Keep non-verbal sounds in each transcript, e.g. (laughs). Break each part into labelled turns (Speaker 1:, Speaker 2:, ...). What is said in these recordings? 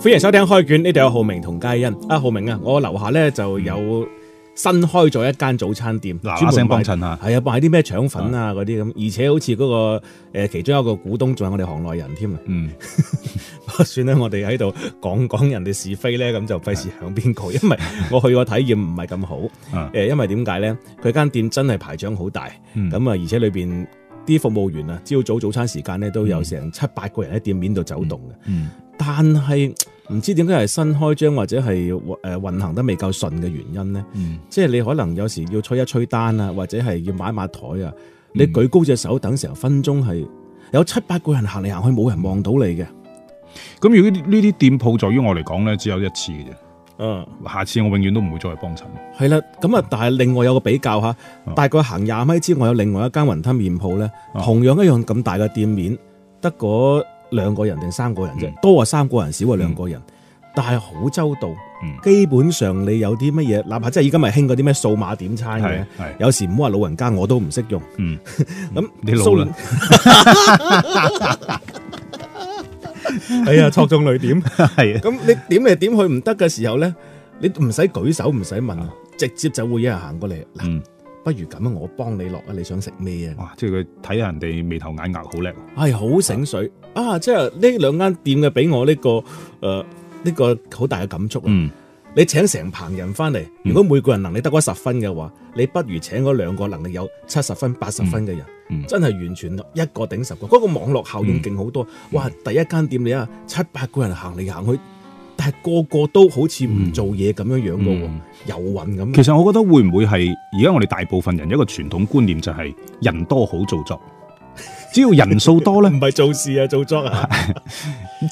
Speaker 1: 歡迎收聽開卷，呢度有浩明同佳欣。啊，浩明啊，我樓下咧就有新開咗一間早餐店，
Speaker 2: 嗱嗱
Speaker 1: 專門
Speaker 2: 聲幫
Speaker 1: 賣
Speaker 2: 襯啊
Speaker 1: 係啊，賣啲咩腸粉啊嗰啲咁，而且好似嗰、個、呃、其中一個股東仲係我哋行內人添啊。 (laughs)
Speaker 2: 嗯，
Speaker 1: 不過算啦，我哋喺度講 (laughs) 講人哋是非咧，咁就費事響邊個，
Speaker 2: (laughs)
Speaker 1: 因為我去過體驗唔係咁好。
Speaker 2: 啊
Speaker 1: 誒，因為點解咧？佢間店真係排長好大，
Speaker 2: 嗯
Speaker 1: 咁啊，而且裏邊啲服務員啊，朝早早餐時間咧都有成七八個人喺店面度走動嘅。
Speaker 2: 嗯，
Speaker 1: 但係唔知點解係新開張或者係誒運行得未夠順嘅原因呢？
Speaker 2: 嗯，
Speaker 1: 即係你可能有時要催一催單啊，或者係要抹一抹台啊，你舉高隻手等成分鐘係有七八個人行嚟行去，冇人望到你嘅。
Speaker 2: 咁如果呢啲店鋪在於我嚟講咧，只有一次嘅啫，
Speaker 1: 嗯，
Speaker 2: 下次我永遠都唔會再去幫襯。
Speaker 1: 係啦，咁
Speaker 2: 嗯
Speaker 1: 啊，但係另外有個比較嚇，大概行廿米之外有另外一間雲吞麵鋪呢，
Speaker 2: 哦
Speaker 1: 同樣一樣咁大嘅店面，得嗰兩個人定三個人啫
Speaker 2: 嗯，
Speaker 1: 多啊三個人，少啊兩個人，但係好周到。
Speaker 2: 嗯，
Speaker 1: 基本上你有啲乜嘢，哪怕即係而家咪興嗰啲咩數碼點餐
Speaker 2: 係
Speaker 1: 嘅，
Speaker 2: 係，
Speaker 1: 有時唔好話老人家我都唔識用。
Speaker 2: 嗯，
Speaker 1: 咁
Speaker 2: 你老
Speaker 1: (laughs)
Speaker 2: (laughs) 啦，
Speaker 1: 蘇聯，哎呀，戳中淚點。 (laughs)
Speaker 2: 係啊，
Speaker 1: 咁你點嚟點去唔得嘅時候咧，你唔使舉手，唔使問，直接就會有人行過嚟。嗱，
Speaker 2: 嗯，
Speaker 1: 不如咁啊，我幫你落啊，你想食咩啊？
Speaker 2: 哇，即係佢睇下人哋眉頭眼額好叻，
Speaker 1: 哎，好醒水啊！即係呢兩間店嘅俾我呢個誒呢個好大嘅感觸啊！
Speaker 2: 嗯，
Speaker 1: 你請成棚人翻嚟，如果每個人能力得嗰十分嘅話，你不如請嗰兩個能力有七十分、八十分嘅人，
Speaker 2: 嗯嗯
Speaker 1: 真係完全一個頂十個。嗰、個網絡效應勁好多。
Speaker 2: 嗯
Speaker 1: 哇！第一間店你啊，七八個人行嚟行去，但係個個都好似唔做嘢咁樣樣嘅喎，
Speaker 2: 嗯
Speaker 1: 遊魂咁。
Speaker 2: 其實我覺得會唔會係而家我哋大部分人一個傳統觀念就係人多好做作，只要人數多咧
Speaker 1: 唔。係做事啊，做作啊，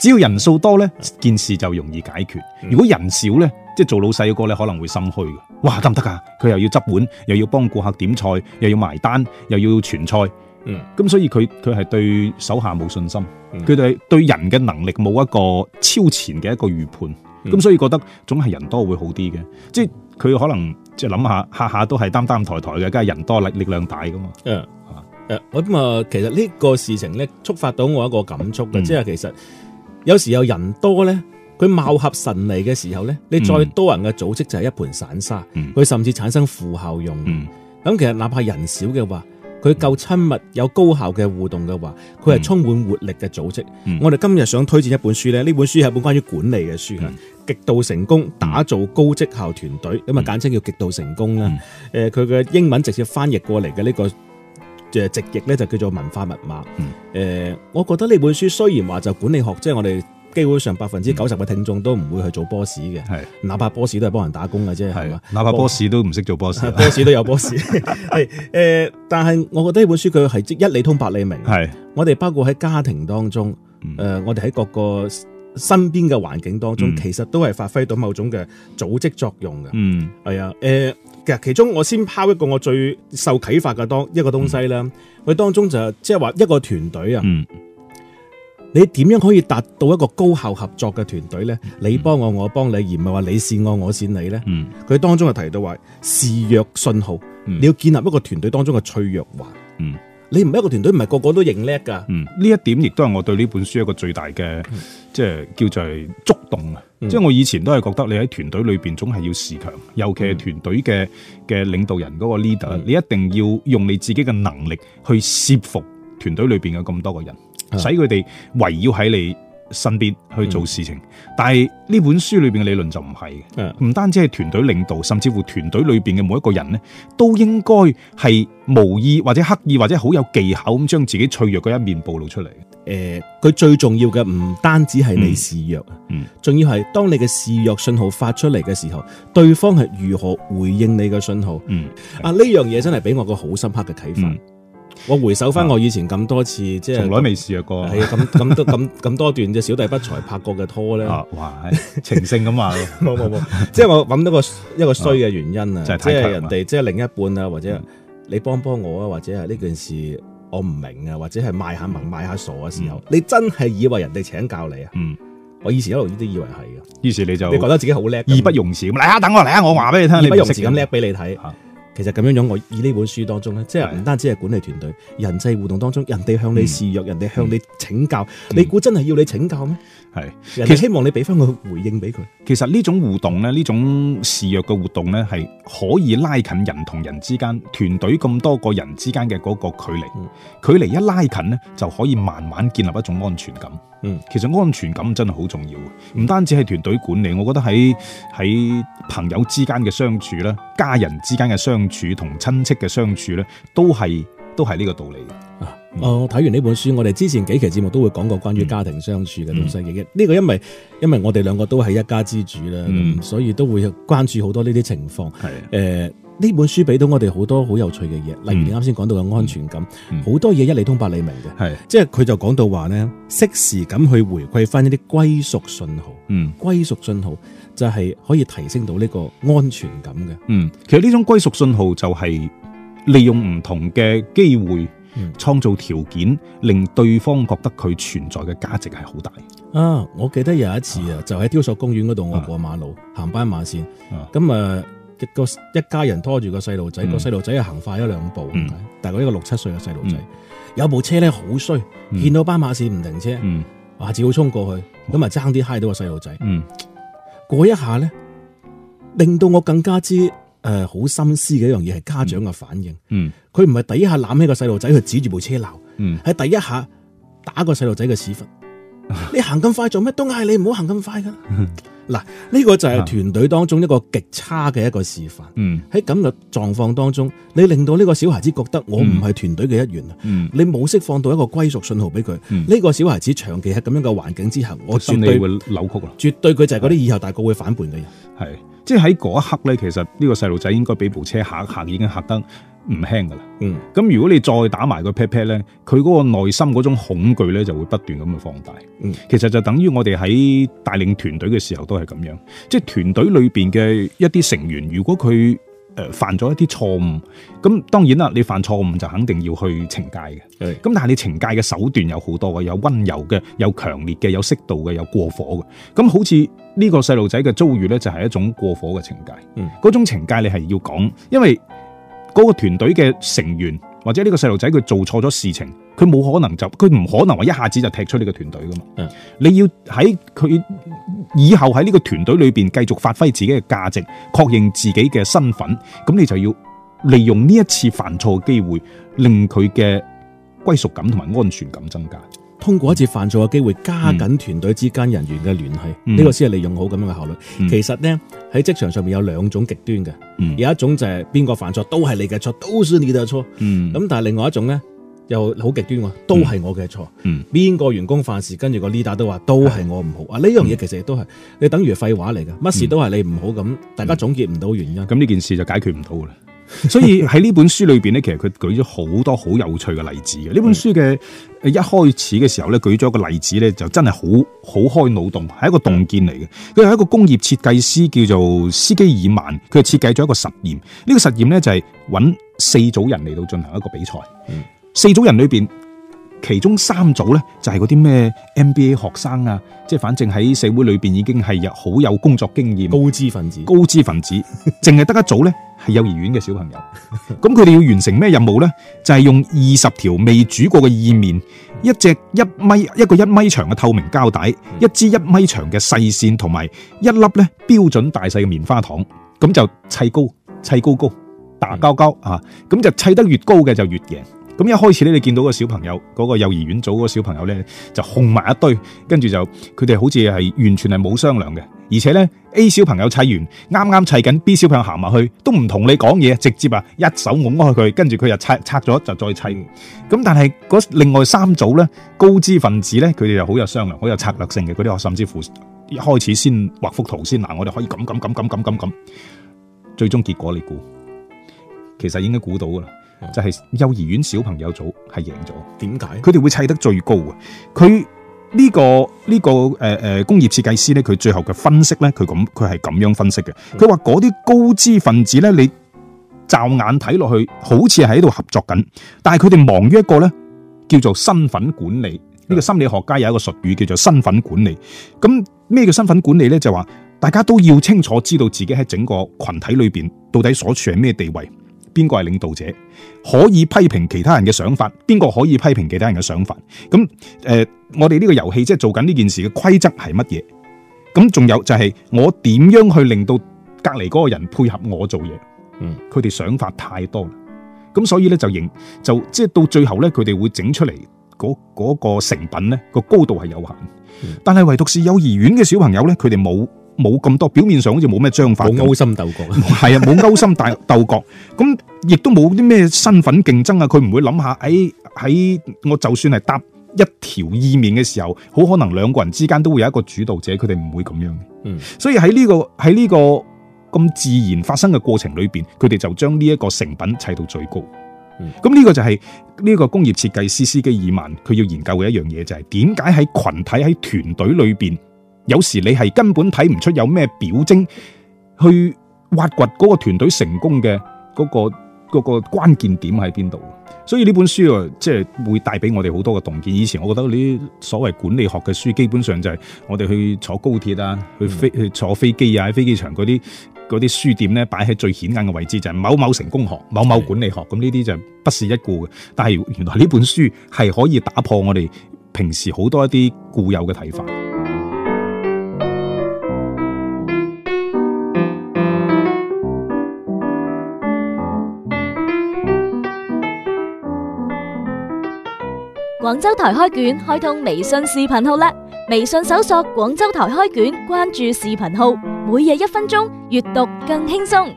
Speaker 2: 只要人數多呢，件事就容易解決。
Speaker 1: 嗯
Speaker 2: 如果人少呢，即係做老細嗰個咧，可能會心虛嘅。哇，得唔得啊？佢又要執碗，又要幫顧客點菜，又要埋單，又要傳菜。
Speaker 1: 嗯，
Speaker 2: 咁所以佢佢係對手下冇信心，
Speaker 1: 嗯
Speaker 2: 佢哋、對人嘅能力冇一個超前嘅一個預判。
Speaker 1: 嗯
Speaker 2: 咁、所以覺得總係人多會好啲嘅，即係佢可能即係諗下，下下都係擔擔抬抬嘅，梗係人多力力量大噶嘛。
Speaker 1: 誒誒，咁啊，其實呢個事情咧，觸發到我一個感觸嘅，
Speaker 2: 嗯
Speaker 1: 即係其實有時候人多咧，佢貌合神離嘅時候咧，你再
Speaker 2: 嗯
Speaker 1: 多人嘅組織就係一盤散沙，
Speaker 2: 嗯
Speaker 1: 佢甚至產生負效用。咁、
Speaker 2: 嗯
Speaker 1: 其實哪怕人少嘅話，佢夠親密、有高效嘅互動嘅話，佢係
Speaker 2: 嗯
Speaker 1: 充滿活力嘅組織。
Speaker 2: 嗯
Speaker 1: 我哋今日想推薦一本書咧，呢本書係一本關於管理嘅書啊
Speaker 2: 嗯，
Speaker 1: 極度成功打造高績效團隊，咁啊
Speaker 2: 嗯
Speaker 1: 簡稱叫極度成功啦
Speaker 2: 嗯。
Speaker 1: 誒，佢嘅英文直接翻譯過嚟嘅呢個誒直譯咧就叫做文化密碼。
Speaker 2: 嗯
Speaker 1: 誒，我覺得呢本書雖然話就管理學，即係我哋基本上百分之九十嘅聽眾都唔會去做 boss 嘅，
Speaker 2: 係
Speaker 1: 哪怕 boss 都係幫人打工嘅啫，係
Speaker 2: 係
Speaker 1: 嘛，？
Speaker 2: 哪怕 boss 都唔識做
Speaker 1: (laughs)
Speaker 2: boss 啊。
Speaker 1: boss 都有
Speaker 2: (laughs)
Speaker 1: boss，係誒，但係我覺得呢本書佢係即一理通百理明。
Speaker 2: 係
Speaker 1: 我哋包括喺家庭當中，誒、呃
Speaker 2: 嗯
Speaker 1: 我哋喺各個身邊嘅環境當中，
Speaker 2: 嗯
Speaker 1: 其實都係發揮到某種嘅組織作用嘅。
Speaker 2: 嗯
Speaker 1: 係啊、誒、其實其中我先拋一個我最受啟發嘅當一個東西啦。佢、當中就即係話一個團隊啊，
Speaker 2: 嗯
Speaker 1: 你點樣可以達到一個高效合作嘅團隊呢？你幫我，我幫你，而唔係話你善我，我善你呢。
Speaker 2: 嗯。
Speaker 1: 佢當中就提到話示弱信號，
Speaker 2: 嗯
Speaker 1: 你要建立一個團隊當中嘅脆弱環。
Speaker 2: 嗯
Speaker 1: 你唔係一個團隊，唔係個個都認叻㗎。
Speaker 2: 嗯，呢一點亦都係我對呢本書一個最大嘅，即係叫做係觸動啊！
Speaker 1: 嗯
Speaker 2: 即係我以前都係覺得你喺團隊裏邊總係要示強，尤其係團隊嘅嘅領導人嗰個 leader，、
Speaker 1: 嗯
Speaker 2: 你一定要用你自己嘅能力去説服團隊裏邊嘅咁多個人，
Speaker 1: 啊
Speaker 2: 使佢哋圍繞喺你身邊去做事情。但係呢本書裏邊嘅理論就唔係嘅。
Speaker 1: 嗯
Speaker 2: 唔單止係團隊領導，甚至乎團隊裏邊嘅每一個人呢，都應該係無意或者刻意或者好有技巧咁將自己脆弱嗰一面暴露出嚟。
Speaker 1: 誒，呃佢、最重要嘅唔單止係你示弱，啊
Speaker 2: 嗯嗯
Speaker 1: 仲要係當你嘅示弱信號發出嚟嘅時候，對方係如何回應你嘅信號。
Speaker 2: 嗯，
Speaker 1: 啊，呢樣嘢真係俾我個好深刻嘅啟發。
Speaker 2: 嗯
Speaker 1: 我回首翻我以前咁多次，即係
Speaker 2: 從來未試約過。
Speaker 1: 係啊咁咁多咁咁多段隻小弟不才拍過嘅拖咧，
Speaker 2: (laughs) 啊，哇，情聖咁啊話，
Speaker 1: (laughs) 冇冇冇，即係我揾到個一個衰嘅原因啊，
Speaker 2: 哦就係
Speaker 1: 即
Speaker 2: 太
Speaker 1: 係
Speaker 2: 強嗯
Speaker 1: 人哋即係另一半啊，或者你幫幫我啊，或者係呢件事我唔明啊，或者係賣下
Speaker 2: 嗯
Speaker 1: 萌賣下傻嘅時候，你真係以為人哋請教你啊？
Speaker 2: 嗯，
Speaker 1: 我以前一路都以為係嘅，
Speaker 2: 於是你
Speaker 1: (laughs)
Speaker 2: 就
Speaker 1: 你覺得自己好叻，
Speaker 2: 義不容辭咁嚟啊，等我嚟啊，我話俾你聽，
Speaker 1: 義
Speaker 2: 你
Speaker 1: 不
Speaker 2: 唔
Speaker 1: 容
Speaker 2: 識
Speaker 1: 辭咁叻俾你睇
Speaker 2: 啊。
Speaker 1: 其實咁樣樣，我以呢本書當中咧，即係
Speaker 2: 係
Speaker 1: 唔單止係管理團隊、人際互動當中，人哋向你示弱，人哋向你請教，
Speaker 2: 嗯
Speaker 1: 你估真係要你請教咩？
Speaker 2: 係。
Speaker 1: 人
Speaker 2: 其
Speaker 1: 哋
Speaker 2: 實
Speaker 1: 希望你俾翻個回應俾佢。
Speaker 2: 其實呢種互動咧，呢種示弱嘅活動咧，係可以拉近人同人之間、團隊咁多個人之間嘅嗰個距離。
Speaker 1: 嗯
Speaker 2: 距離一拉近咧，就可以慢慢建立一種安全感。
Speaker 1: 嗯，
Speaker 2: 其實安全感真係好重要嘅，唔單止係團隊管理，我覺得喺喺朋友之間嘅相處啦、家人之間嘅相處同親戚嘅相處咧，都係都係呢個道理嘅。
Speaker 1: 啊！
Speaker 2: 嗯
Speaker 1: 我睇完呢本書，我哋之前幾期節目都會講過關於家庭相處嘅東西嘅。呢個因為因為我哋兩個都係一家之主啦，
Speaker 2: 嗯
Speaker 1: 咁所以都會關注好多呢啲情況。誒、
Speaker 2: 係啊，
Speaker 1: 呢本書俾到我哋好多好有趣嘅嘢，例如
Speaker 2: 嗯
Speaker 1: 你啱先講到嘅安全感，好、
Speaker 2: 嗯
Speaker 1: 多嘢一理通百理明嘅。
Speaker 2: 係，
Speaker 1: 即係佢就講到話呢，適時咁去回饋翻一啲歸屬信號，
Speaker 2: 嗯。
Speaker 1: 歸屬信號就係可以提升到呢個安全感嘅。
Speaker 2: 嗯，其實呢種歸屬信號就係利用唔同嘅機會
Speaker 1: 嗯，
Speaker 2: 創造條件，令對方覺得佢存在嘅價值係好大。
Speaker 1: 啊！我記得有一次啊，就喺雕塑公園嗰度，我過馬路行斑馬線
Speaker 2: 啊，
Speaker 1: 咁啊一個一家人拖住個細路仔，
Speaker 2: 嗯
Speaker 1: 個細路仔啊行快咗兩步
Speaker 2: 嗯，
Speaker 1: 大概一個六七歲嘅細路仔
Speaker 2: 嗯，
Speaker 1: 有部車咧好衰，
Speaker 2: 嗯
Speaker 1: 見到斑馬線唔停車，
Speaker 2: 嗯
Speaker 1: 啊照衝過去，咁啊爭啲揩到個細路仔，
Speaker 2: 嗯
Speaker 1: 嗰一下咧，令到我更加之誒好心思嘅一樣嘢係家長嘅反應，
Speaker 2: 嗯
Speaker 1: 佢唔係第一下攬起個細路仔去指住部車鬧。
Speaker 2: 嗯，
Speaker 1: 喺第一下打個細路仔嘅
Speaker 2: (laughs)
Speaker 1: 屎忽。你行咁快做咩？都嗌你唔好行咁快噶。嗱，呢個就
Speaker 2: 啊
Speaker 1: 係團隊當中一個極差嘅一個示範。
Speaker 2: 嗯
Speaker 1: 喺咁嘅狀況當中，你令到呢個小孩子覺得我唔係團隊嘅一員啊！
Speaker 2: 嗯，
Speaker 1: 你冇釋放到一個歸屬信號俾佢，呢、
Speaker 2: 嗯
Speaker 1: 個小孩子長期喺咁樣嘅環境之下，我絕
Speaker 2: 心理
Speaker 1: 對
Speaker 2: 會扭曲啦。
Speaker 1: 絕對佢就係嗰啲以後大個會反叛嘅人。
Speaker 2: 係，即係喺嗰一刻咧，其實呢個細路仔應該俾部車嚇嚇已經嚇得唔輕噶啦。
Speaker 1: 嗯，
Speaker 2: 咁如果你再打埋個 pat pat 咧，佢嗰個內心嗰種恐懼咧就會不斷咁去放大。
Speaker 1: 嗯
Speaker 2: 其實就等於我哋喺帶領團隊嘅時候都係咁樣，即係團隊裏邊嘅一啲成員，如果佢誒、呃犯咗一啲錯誤，咁當然啦，你犯錯誤就肯定要去懲戒嘅。
Speaker 1: 係
Speaker 2: 咁但係你懲戒嘅手段有好多嘅，有温柔嘅，有強烈嘅，有適度嘅，有過火嘅。咁好似呢個細路仔嘅遭遇咧，就係一種過火嘅懲戒。
Speaker 1: 嗯
Speaker 2: 嗰種懲戒你係要講，因為嗰個團隊嘅成員或者呢個細路仔佢做錯咗事情，佢冇可能就佢唔可能話一下子就踢出呢個團隊噶嘛。
Speaker 1: 嗯
Speaker 2: 你要喺佢以後喺呢個團隊裏邊繼續發揮自己嘅價值，確認自己嘅身份，咁你就要利用呢一次犯錯嘅機會，令佢嘅歸屬感同埋安全感增加。
Speaker 1: 通過一次犯錯嘅機會，加緊團隊之間人員嘅聯繫，呢、
Speaker 2: 嗯
Speaker 1: 個先係利用好咁樣嘅效率。
Speaker 2: 嗯
Speaker 1: 其實呢，喺職場上面有兩種極端嘅，
Speaker 2: 嗯
Speaker 1: 有一種就係邊個犯錯都係你嘅錯，都是你嘅錯。咁、
Speaker 2: 嗯
Speaker 1: 但係另外一種呢，又好極端喎，都係我嘅錯。
Speaker 2: 嗯
Speaker 1: 邊個員工犯事，跟住個 leader 都話都係我唔好啊！呢樣
Speaker 2: 嗯
Speaker 1: 嘢其實亦都係你等於廢話嚟嘅，乜事都係你唔好咁，大家總結唔到原因。
Speaker 2: 咁呢件事就解決唔到㗎啦。所以喺呢本書裏邊咧，其實佢舉咗好多好有趣嘅例子嘅。呢本書嘅誒一開始嘅時候咧，舉咗一個例子咧，就真係好好開腦洞，係一個洞見嚟嘅。佢係一個工業設計師叫做斯基爾曼，佢設計咗一個實驗。呢、個實驗咧就係揾四組人嚟到進行一個比賽。
Speaker 1: 嗯
Speaker 2: 四組人裏邊，其中三組咧就係嗰啲咩 MBA 學生啊，即係反正喺社會裏邊已經係有好有工作經驗。
Speaker 1: 高知分子，
Speaker 2: 啊高知分子， (laughs) 淨係得一組呢係幼兒園嘅小朋友。 (laughs) 咁佢哋要完成咩任務呢？就係、用二十條未煮過嘅意麵，一隻一米一個一米長嘅透明膠帶，一支一米長嘅細線，同埋一粒呢標準大細嘅棉花糖，咁就砌高砌高高打交交啊！咁就砌得越高嘅就越贏。咁一開始咧，你見到個小朋友嗰、個幼兒園組嗰個小朋友咧，就控埋一堆，跟住就佢哋好似係完全係冇商量嘅，而且咧 A 小朋友砌完，啱啱砌緊 B 小朋友行埋去，都唔同你講嘢，直接啊一手拱開佢，跟住佢就拆拆咗就再砌。咁但係嗰另外三組咧，高知分子咧，佢哋就好有商量，好有策略性嘅，佢哋甚至乎一開始先畫幅圖先，嗱我哋可以咁咁咁咁咁咁咁，最終結果你估？其實應該估到噶啦。就係幼兒園小朋友組係贏咗。
Speaker 1: 點解？
Speaker 2: 佢哋會砌得最高嘅。佢呢、個呢、個誒誒、呃工業設計師咧，佢最後嘅分析咧，佢咁佢係咁樣分析嘅。佢話嗰啲高知分子咧，你驟眼睇落去好似係喺度合作緊，但係佢哋忙於一個咧叫做身份管理。呢、個心理學家有一個術語叫做身份管理。咁咩叫身份管理咧？就話大家都要清楚知道自己喺整個群體裏邊到底所處係咩地位，邊個係領導者。可以批評其他人嘅想法，邊個可以批評其他人嘅想法？咁誒、呃我哋呢個遊戲即係做緊呢件事嘅規則係乜嘢？咁仲有就係我點樣去令到隔離嗰個人配合我做嘢？
Speaker 1: 嗯，
Speaker 2: 佢哋想法太多啦，咁所以咧就形就即係到最後咧，佢哋會整出嚟嗰嗰個成品咧個高度係有限，
Speaker 1: 嗯
Speaker 2: 但係唯獨是幼兒園嘅小朋友咧，佢哋冇冇咁多表面上好似冇咩章法咁，
Speaker 1: 冇勾心鬥角，
Speaker 2: 系啊，冇勾心
Speaker 1: (laughs)
Speaker 2: 大鬥角，咁亦都冇啲咩身份競爭啊。佢唔會諗下，喺、喺我就算係搭一條意面嘅時候，好可能兩個人之間都會有一個主導者，佢哋唔會咁樣嘅。
Speaker 1: 嗯，
Speaker 2: 所以喺呢、個喺呢個咁自然發生嘅過程裏邊，佢哋就將呢一個成品砌到最高。
Speaker 1: 嗯
Speaker 2: 咁呢、個就係呢個工業設計師司機爾曼佢要研究嘅一樣嘢，就係點解喺群體喺團隊裏邊，有時你係根本睇唔出有咩表徵去挖掘嗰個團隊成功嘅嗰、個嗰、個關鍵點喺邊度。所以呢本書啊，即係會帶俾我哋好多嘅洞見。以前我覺得呢啲所謂管理學嘅書，基本上就係我哋去坐高鐵啊，去飛去坐飛機啊，喺飛機場嗰啲嗰啲書店咧，擺喺最顯眼嘅位置就係某某成功學、某某管理學，咁呢啲就不是一顧嘅。但係原來呢本書係可以打破我哋平時好多一啲固有嘅睇法。
Speaker 3: 广州台开卷开通微信视频号啦！微信搜索广州台开卷，关注视频号，每日一分钟，阅读更轻松。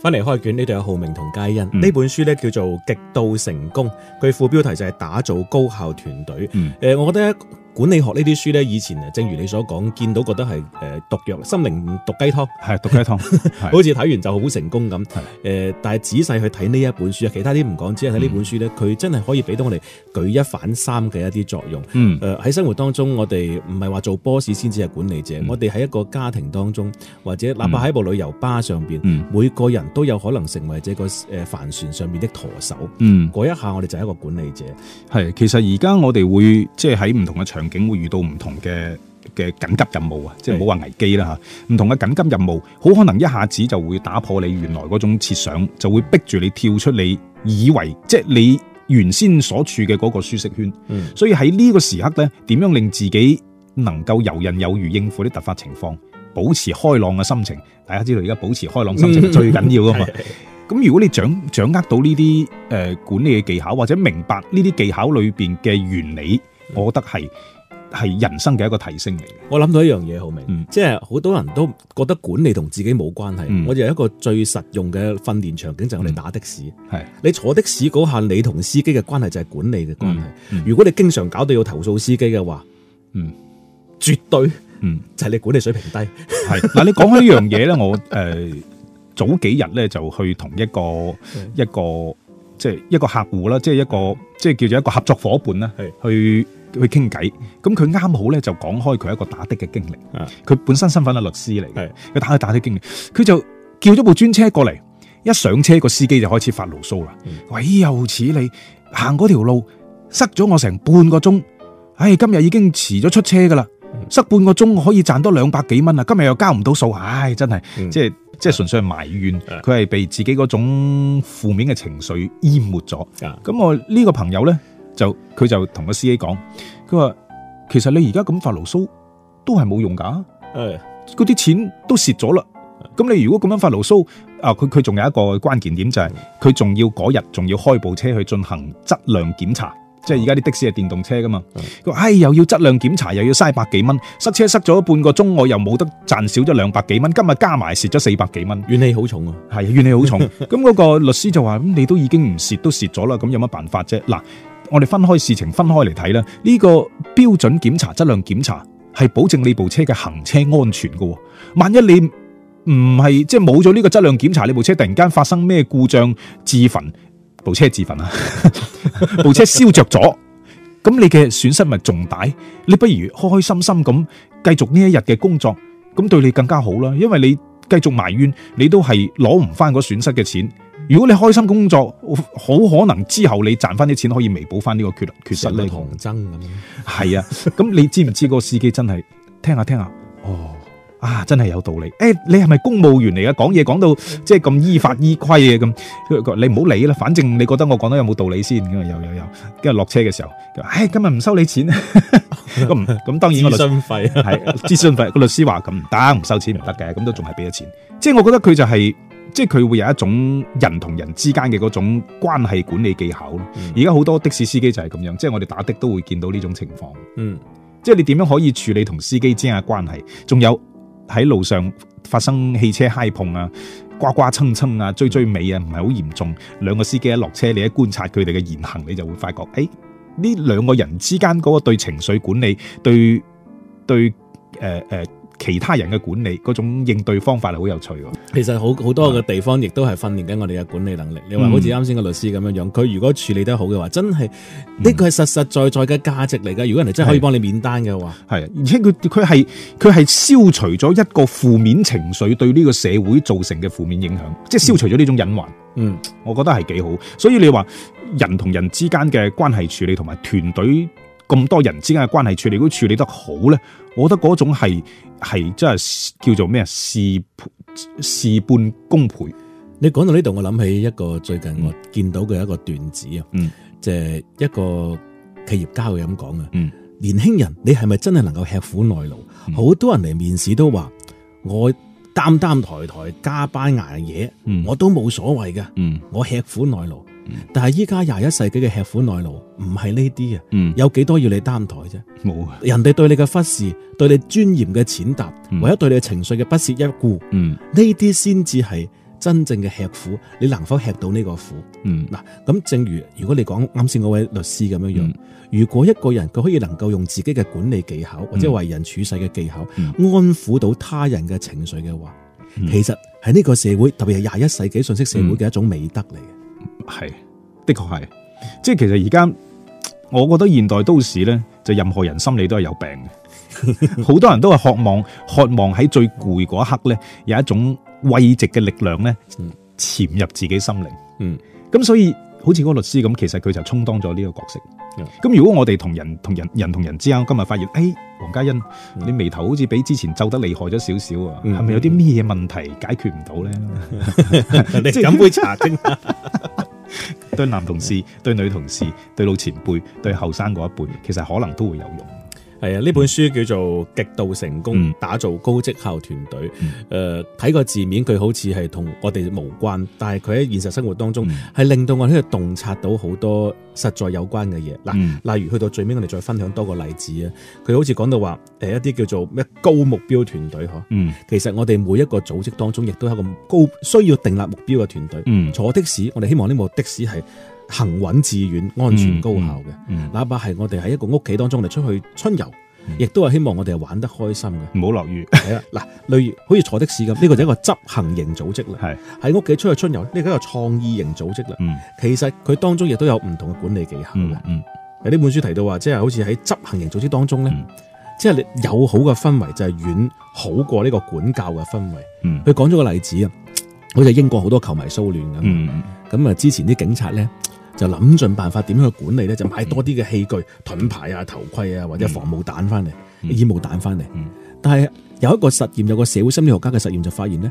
Speaker 1: 翻嚟開卷呢度有浩明同佳欣呢、
Speaker 2: 嗯
Speaker 1: 本書咧叫做《極度成功》，佢副標題就係打造高效團隊。
Speaker 2: 嗯
Speaker 1: 诶、我覺得管理學呢啲書咧，以前啊，正如你所講，見到覺得係诶毒藥、心靈毒雞湯。
Speaker 2: 係讀雞湯，係
Speaker 1: 好似睇完就好成功咁，誒
Speaker 2: 係、
Speaker 1: 但係仔細去睇呢一本書，其他啲唔講，只係睇呢本書咧，佢、真係可以俾到我哋舉一反三嘅一啲作用。
Speaker 2: 嗯
Speaker 1: 誒、喺生活當中，我哋唔係話做 boss 先至係管理者，
Speaker 2: 嗯
Speaker 1: 我哋喺一個家庭當中，或者哪怕喺部旅遊巴上邊，
Speaker 2: 嗯
Speaker 1: 每個人都有可能成為這個誒呃帆船上面的舵手。
Speaker 2: 嗯。
Speaker 1: 嗰一下我哋就係一個管理者，
Speaker 2: 係，其實而家我哋會即係喺唔同嘅場景會遇到唔同嘅嘅緊急任務啊，即係唔好話危機啦嚇。唔同嘅緊急任務，好可能一下子就會打破你原來嗰種設想，就會逼住你跳出你以為即係你原先所處嘅嗰個舒適圈。
Speaker 1: 嗯
Speaker 2: 所以喺呢個時刻呢，點樣令自己能夠游刃有餘應付啲突發情況，保持開朗嘅心情。大家知道而家保持開朗心情
Speaker 1: 嗯
Speaker 2: 最緊
Speaker 1: (laughs)
Speaker 2: 要噶嘛
Speaker 1: 係。
Speaker 2: 咁如果你掌掌握到呢啲誒管理嘅技巧，或者明白呢啲技巧裏邊嘅原理，我覺得係係人生嘅一個提升嚟嘅。
Speaker 1: 我諗到一樣嘢，浩明，
Speaker 2: 嗯
Speaker 1: 即係好多人都覺得管理同自己冇關係。
Speaker 2: 嗯
Speaker 1: 我哋有一個最實用嘅訓練場景就係我哋打的士。
Speaker 2: 係
Speaker 1: 你坐的士嗰下，你同司機嘅關係就係管理嘅關係。
Speaker 2: 嗯嗯
Speaker 1: 如果你經常搞到要投訴司機嘅話，
Speaker 2: 嗯，
Speaker 1: 絕對
Speaker 2: 嗯。
Speaker 1: 就係你管理水平低。
Speaker 2: 係嗱，你講開呢樣嘢咧，我誒、呃早幾日咧就去同一個
Speaker 1: 嗯
Speaker 2: 一個即係一個客戶啦，即係一個即係叫做一個合作伙伴啦
Speaker 1: 係，
Speaker 2: 去去傾偈。咁佢啱好咧就講開佢一個打的嘅經歷
Speaker 1: 啊，
Speaker 2: 佢本身身份係律師嚟
Speaker 1: 係
Speaker 2: 嘅，佢打開打的經歷，佢就叫咗部專車過嚟，一上車個司機就開始發牢騷啦
Speaker 1: 嗯，
Speaker 2: 喂，又似你行嗰條路塞咗我成半個鐘，唉，今日已經遲咗出車噶啦。塞半個鐘可以賺多兩百幾蚊啊！今日又交唔到數，唉，真係、
Speaker 1: 嗯
Speaker 2: 即係即係純粹係埋怨，
Speaker 1: 嗯
Speaker 2: 佢係被自己嗰種負面嘅情緒淹沒咗。
Speaker 1: 啊，
Speaker 2: 咁我呢個朋友呢，就佢就同個司機講，佢話其實你而家咁發牢騷都係冇用㗎，
Speaker 1: 誒，
Speaker 2: 嗰啲錢都蝕咗啦。咁你如果咁樣發牢騷，啊佢佢仲有一個關鍵點就係佢仲要嗰日仲要開部車去進行質量檢查，即係而家啲的士係電動車噶嘛
Speaker 1: 嗯。
Speaker 2: 佢話：唉，又要質量檢查，又要嘥百幾蚊，塞車塞咗半個鐘，我又冇得賺少咗兩百幾蚊，今日加埋蝕咗四百幾蚊。
Speaker 1: 怨氣好重啊！
Speaker 2: 係怨氣好重。咁嗰個律師就話：嗯咁你都已經唔蝕都蝕咗啦，咁有乜辦法啫？嗱，我哋分開事情分開嚟睇啦。呢、個標準檢查、質量檢查係保證你部車嘅行車安全嘅喎。萬一你唔係即係冇咗呢個質量檢查，你部車突然間發生咩故障自焚，部車自焚啊， (laughs) 部車燒着咗，咁你嘅損失咪仲大？你不如開開心心咁繼續呢一日嘅工作，咁對你更加好啦。因為你繼續埋怨，你都係攞唔翻嗰損失嘅錢。如果你開心工作，好可能之後你賺翻啲錢可以彌補翻呢個缺缺失
Speaker 1: 實
Speaker 2: 呢
Speaker 1: 力唐僧咁。
Speaker 2: 係啊，咁你知唔知個司機真係聽下聽下，哦啊，真係有道理。誒、你係咪公務員嚟嘅？講嘢講到即係咁依法依規嘅咁，佢話你唔好理啦。反正你覺得我講得有冇道理先？咁啊，有有有。跟住落車嘅時候，佢話唉、今日唔收你錢。 (laughs) 咁咁當然我律
Speaker 1: 諮詢費啊，
Speaker 2: 係諮詢費，個律師話咁唔得，唔收錢唔得嘅，咁都仲係俾咗錢。即係我覺得佢就係、即係佢會有一種人同人之間嘅嗰種關係管理技巧咯。而家好多的士司機就係咁樣，即係我哋打的都會見到呢種情況。
Speaker 1: 嗯，
Speaker 2: 即係你點樣可以處理同司機之間嘅關係？仲有喺路上發生汽車揩碰啊、呱呱蹭蹭啊、追追尾啊，唔係好嚴重。兩個司機一落車，啊你一觀察佢哋嘅言行，你就會發覺，誒、呢兩個人之間嗰個對情緒管理、對對誒誒、呃呃其他人嘅管理嗰種應對方法係好有趣喎。
Speaker 1: 其實好好多嘅地方亦都係訓練緊我哋嘅管理能力。你話
Speaker 2: 嗯
Speaker 1: 好似啱先個律師咁樣樣，佢如果處理得好嘅話，真係
Speaker 2: 嗯
Speaker 1: 呢個係實實在在嘅價值嚟㗎。如果人哋真係可以
Speaker 2: 係
Speaker 1: 幫你免單嘅話，
Speaker 2: 係，而且佢佢係佢係消除咗一個負面情緒對呢個社會造成嘅負面影響，即係消除咗呢種隱患。
Speaker 1: 嗯，
Speaker 2: 我覺得係幾好。所以你話人同人之間嘅關係處理，同埋團隊咁多人之間嘅關係處理，如果處理得好呢，我覺得嗰種係係真係叫做咩啊事事半功倍。
Speaker 1: 你講到呢度，我諗起一個最近我見到嘅一個段子啊，
Speaker 2: 嗯
Speaker 1: 就係一個企業家佢咁講嘅，
Speaker 2: 嗯
Speaker 1: 年輕人你係咪真係能夠吃苦耐勞？
Speaker 2: 嗯
Speaker 1: 好、多人嚟面試都話我擔擔抬抬加班捱夜，
Speaker 2: 嗯
Speaker 1: 我都冇所謂嘅，
Speaker 2: 嗯
Speaker 1: 我吃苦耐勞。
Speaker 2: 嗯
Speaker 1: 但係依家廿一世紀嘅吃苦耐勞唔係呢啲啊，
Speaker 2: 嗯，
Speaker 1: 有幾多要你擔抬啫？
Speaker 2: 冇啊
Speaker 1: 人哋對你嘅忽視，對你尊嚴嘅踐踏，
Speaker 2: 嗯
Speaker 1: 或者對你嘅情緒嘅不屑一顧，呢
Speaker 2: 嗯
Speaker 1: 啲先至係真正嘅吃苦。你能否吃到呢個苦？
Speaker 2: 嗯
Speaker 1: 嗱，咁正如如果你講啱先嗰位律師咁樣樣，
Speaker 2: 嗯
Speaker 1: 如果一個人佢可以能夠用自己嘅管理技巧或者為人處世嘅技巧，
Speaker 2: 嗯
Speaker 1: 安撫到他人嘅情緒嘅話，
Speaker 2: 嗯
Speaker 1: 其實喺呢個社會，特別係廿一世紀信息社會嘅一種美德嚟嘅。
Speaker 2: 係，的確係。即係其實而家，我覺得現代都市呢，就任何人心理都係有病
Speaker 1: (laughs)
Speaker 2: 嘅。好多人都係渴望，渴望喺最攰嗰一刻呢，有一種慰藉嘅力量呢，
Speaker 1: 嗯
Speaker 2: 潛入自己心靈。
Speaker 1: 嗯，
Speaker 2: 咁所以好似嗰個律師咁，其實佢就充當咗呢個角色
Speaker 1: 嗯。
Speaker 2: 咁如果我哋同人同人人同人之間，今日發現，誒、黃嘉欣，
Speaker 1: 嗯
Speaker 2: 你眉頭好似比之前皺得厲害咗少少啊，
Speaker 1: 嗯
Speaker 2: 係咪有啲咩問題解決唔到呢？
Speaker 1: (laughs) 你
Speaker 2: 即係飲杯
Speaker 1: 茶精，
Speaker 2: (laughs) 對男同事、對女同事、對老前輩、對後生嗰一輩，其實可能都會有用。
Speaker 1: 係啊！呢本書叫做《極度成功
Speaker 2: 嗯
Speaker 1: 打造高績效團隊》
Speaker 2: 嗯。
Speaker 1: 誒，睇個字面佢好似係同我哋無關，但係佢喺現實生活當中
Speaker 2: 嗯
Speaker 1: 係令到我哋喺度洞察到好多實在有關嘅嘢。嗱，
Speaker 2: 嗯
Speaker 1: 例如去到最尾，我哋再分享多個例子啊。佢好似講到話，呃誒一啲叫做咩高目標團隊嗬。
Speaker 2: 嗯
Speaker 1: 其實我哋每一個組織當中，亦都有一個高需要定立目標嘅團隊。
Speaker 2: 嗯
Speaker 1: 坐的士，我哋希望呢部的士係行穩致遠、安全高效嘅。
Speaker 2: 嗯，
Speaker 1: 哪怕係我哋喺一個屋企當中，我哋出去春遊
Speaker 2: 嗯，
Speaker 1: 亦都係希望我哋係玩得開心
Speaker 2: (laughs)
Speaker 1: 嘅。
Speaker 2: 唔好落雨。
Speaker 1: 係啦，嗱，例如好似坐的士咁，呢個就係一個執行型組織啦。
Speaker 2: 係
Speaker 1: 喺屋企出去春遊，呢個係一個創意型組織啦。
Speaker 2: 嗯
Speaker 1: 其實佢當中亦都有唔同嘅管理技巧嘅。
Speaker 2: 嗯嗯
Speaker 1: 喺呢本書提到話，即係好似喺執行型組織當中咧，
Speaker 2: 嗯
Speaker 1: 即係你友好嘅氛圍就係遠好過呢個管教嘅氛圍。
Speaker 2: 嗯
Speaker 1: 佢講咗個例子啊，好似英國好多球迷騷亂咁，咁啊、
Speaker 2: 嗯
Speaker 1: 之前啲警察咧就諗盡辦法點樣去管理咧，就買多啲嘅器具、盾牌啊、頭盔啊或者防霧彈翻嚟、
Speaker 2: 嗯
Speaker 1: 煙霧彈翻嚟。
Speaker 2: 嗯
Speaker 1: 但係有一個實驗，有個社會心理學家嘅實驗就發現咧，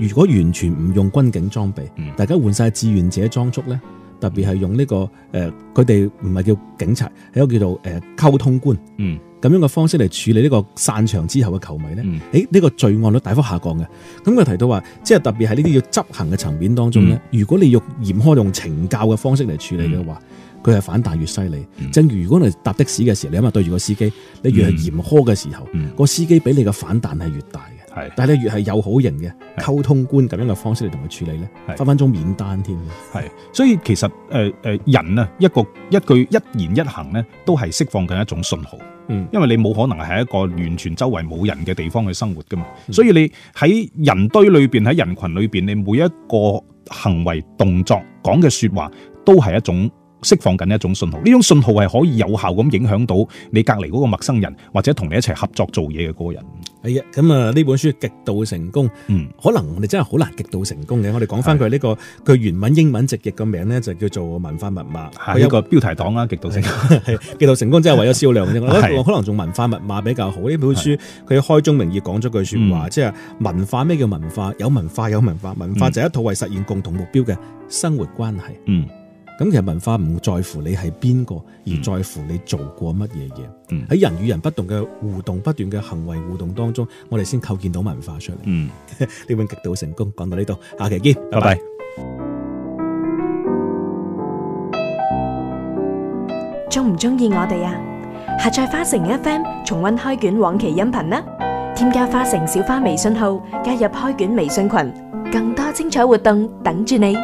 Speaker 1: 如果完全唔用軍警裝備，
Speaker 2: 嗯
Speaker 1: 大家換晒志願者裝束咧，特別係用呢、個誒，呃佢哋唔係叫警察，係一個叫做誒、呃、溝通官
Speaker 2: 嗯
Speaker 1: 咁樣嘅方式嚟處理呢個散場之後嘅球迷咧。
Speaker 2: 嗯
Speaker 1: 誒呢個罪案率大幅下降嘅。咁佢提到話，即係特別係呢啲要執行嘅層面當中咧，
Speaker 2: 嗯
Speaker 1: 如果你用嚴苛用懲教嘅方式嚟處理嘅話，佢係反彈越犀利。
Speaker 2: 嗯
Speaker 1: 正如如果你搭的士嘅時候，你諗下對住個司機，你越係嚴苛嘅時候，
Speaker 2: 嗯
Speaker 1: 個司機俾你嘅反彈係越大嘅。
Speaker 2: 係
Speaker 1: 但係你越係友好型嘅
Speaker 2: 係
Speaker 1: 溝通官咁樣嘅方式嚟同佢處理咧，
Speaker 2: 係
Speaker 1: 分分鐘免單添。
Speaker 2: 係，所以其實诶诶、呃人啊，一個一句一言一行咧，都係釋放緊一種信號。
Speaker 1: 嗯
Speaker 2: 因為你冇可能係一個完全周圍冇人嘅地方去生活噶嘛，所以你喺人堆裏边，喺人群裏边，你每一個行為動作講嘅说話，都係一種釋放緊一種信號。呢種信號係可以有效咁影響到你隔離嗰個陌生人，或者同你一齊合作做嘢嘅嗰個人。
Speaker 1: 係啊，咁啊呢本書極度成功，
Speaker 2: 嗯，
Speaker 1: 可能我哋真係好難極度成功嘅。我哋講翻佢呢個佢原文英文直譯嘅名咧，就叫做《文化密碼》。
Speaker 2: 係
Speaker 1: 有
Speaker 2: 一個標題黨啦，極啊度性。
Speaker 1: 係極度成功，真係為咗銷量啫。我覺得
Speaker 2: 係
Speaker 1: 可能仲文化密碼比較好。呢本書佢開宗明義講咗句説話，即係文化咩叫文化？有文化有文化，文化
Speaker 2: 嗯
Speaker 1: 就係一套為實現共同目標嘅生活關係。
Speaker 2: 嗯
Speaker 1: 咁其實文化唔在乎你係邊個，而
Speaker 2: 嗯
Speaker 1: 在乎你做過乜嘢嘢。
Speaker 2: 嗯
Speaker 1: 喺人與人不同嘅互動、不斷嘅行為互動當中，我哋先構建到文化出嚟。呢
Speaker 2: 嗯，
Speaker 1: 本極度成功講到呢度，下期見，
Speaker 2: 拜拜。
Speaker 4: 中唔中意我哋啊？下載花城 FM 重温開卷往期音頻啦！添加花城小花微信號，加入開卷微信群，更多精彩活動等住你。